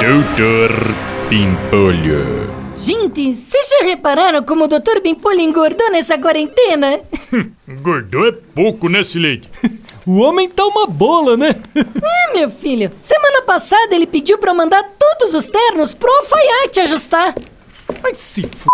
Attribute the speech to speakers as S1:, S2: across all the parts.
S1: Doutor Pimpolho.
S2: Gente, vocês já repararam como o Dr. Bimpolho engordou nessa quarentena?
S1: Engordou é pouco, né, Sileide?
S3: O homem tá uma bola, né?
S2: É, meu filho. Semana passada ele pediu pra eu mandar todos os ternos pro alfaiate ajustar.
S3: Mas se f...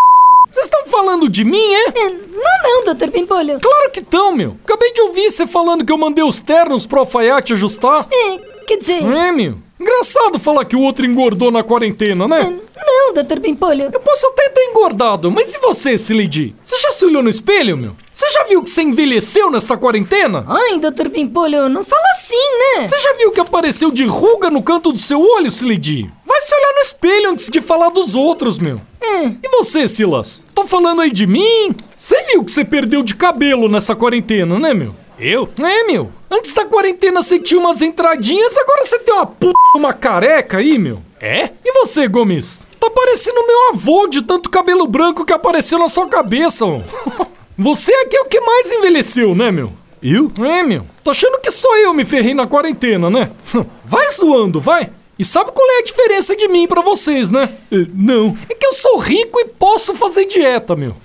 S3: Vocês estão falando de mim, é?
S2: É, Não, não, Dr. Pimpolho.
S3: Claro que estão, meu. Acabei de ouvir você falando que eu mandei os ternos pro alfaiate ajustar.
S2: É, quer dizer...
S3: É, meu. Engraçado falar que o outro engordou na quarentena,
S2: é,
S3: né?
S2: Não, Dr. Pimpolho.
S3: Eu posso até ter engordado, mas e você, Sileidi? Você já se olhou no espelho, meu? Você já viu que você envelheceu nessa quarentena?
S2: Ai, Dr. Pimpolho, não fala assim, né?
S3: Você já viu que apareceu de ruga no canto do seu olho, Sileidi? Vai se olhar no espelho antes de falar dos outros, meu.
S2: É,
S3: E você, Silas? Tá falando aí de mim? Você viu que você perdeu de cabelo nessa quarentena, né, meu?
S1: Eu?
S3: É, meu. Antes da quarentena você tinha umas entradinhas, agora você tem uma puta uma careca aí, meu.
S1: É?
S3: E você, Gomes? Tá parecendo meu avô de tanto cabelo branco que apareceu na sua cabeça, ó. Você aqui é o que mais envelheceu, né, meu?
S1: Eu?
S3: É, meu. Tô achando que só eu me ferrei na quarentena, né? Vai zoando, vai. E sabe qual é a diferença de mim pra vocês, né? É, Não. É que eu sou rico e posso fazer dieta, meu.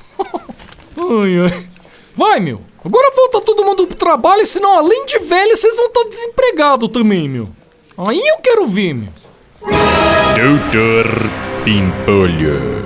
S3: Ai, ai. Vai, meu. Agora volta todo mundo pro trabalho, senão além de velho, vocês vão estar desempregado também, meu. Aí eu quero ver, meu.
S1: Doutor Pimpolho.